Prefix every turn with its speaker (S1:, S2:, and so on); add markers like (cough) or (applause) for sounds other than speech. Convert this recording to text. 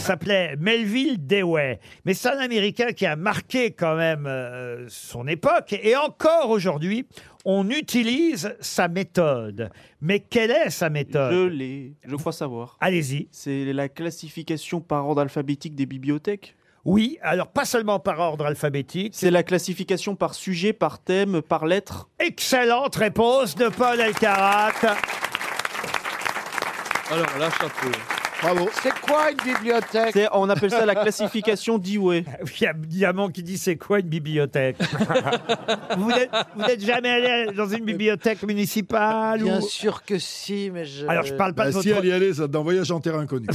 S1: s'appelait Melville Dewey. Mais c'est un Américain qui a marqué quand même euh, son époque. Et encore aujourd'hui, on utilise sa méthode. Mais quelle est sa
S2: Je
S1: méthode
S2: l'ai, je crois savoir.
S1: Allez-y.
S2: C'est la classification par ordre alphabétique des bibliothèques.
S1: Oui, alors pas seulement par ordre alphabétique.
S2: C'est la classification par sujet, par thème, par lettre.
S1: Excellente réponse de Paul Elkarat. (laughs)
S3: Alors là, chapeau.
S4: C'est quoi une bibliothèque
S2: C'est- On appelle ça la classification d'Iwe.
S1: Il y a Diamant qui dit c'est quoi une bibliothèque (laughs) Vous n'êtes vous n'êtes jamais allé dans une bibliothèque municipale ou-
S4: Bien sûr que si, mais je.
S1: Alors je parle pas
S5: Bah
S1: de
S5: si,
S1: votre... (laughs)
S5: allez, allez, ça te donne voyage en terrain inconnu.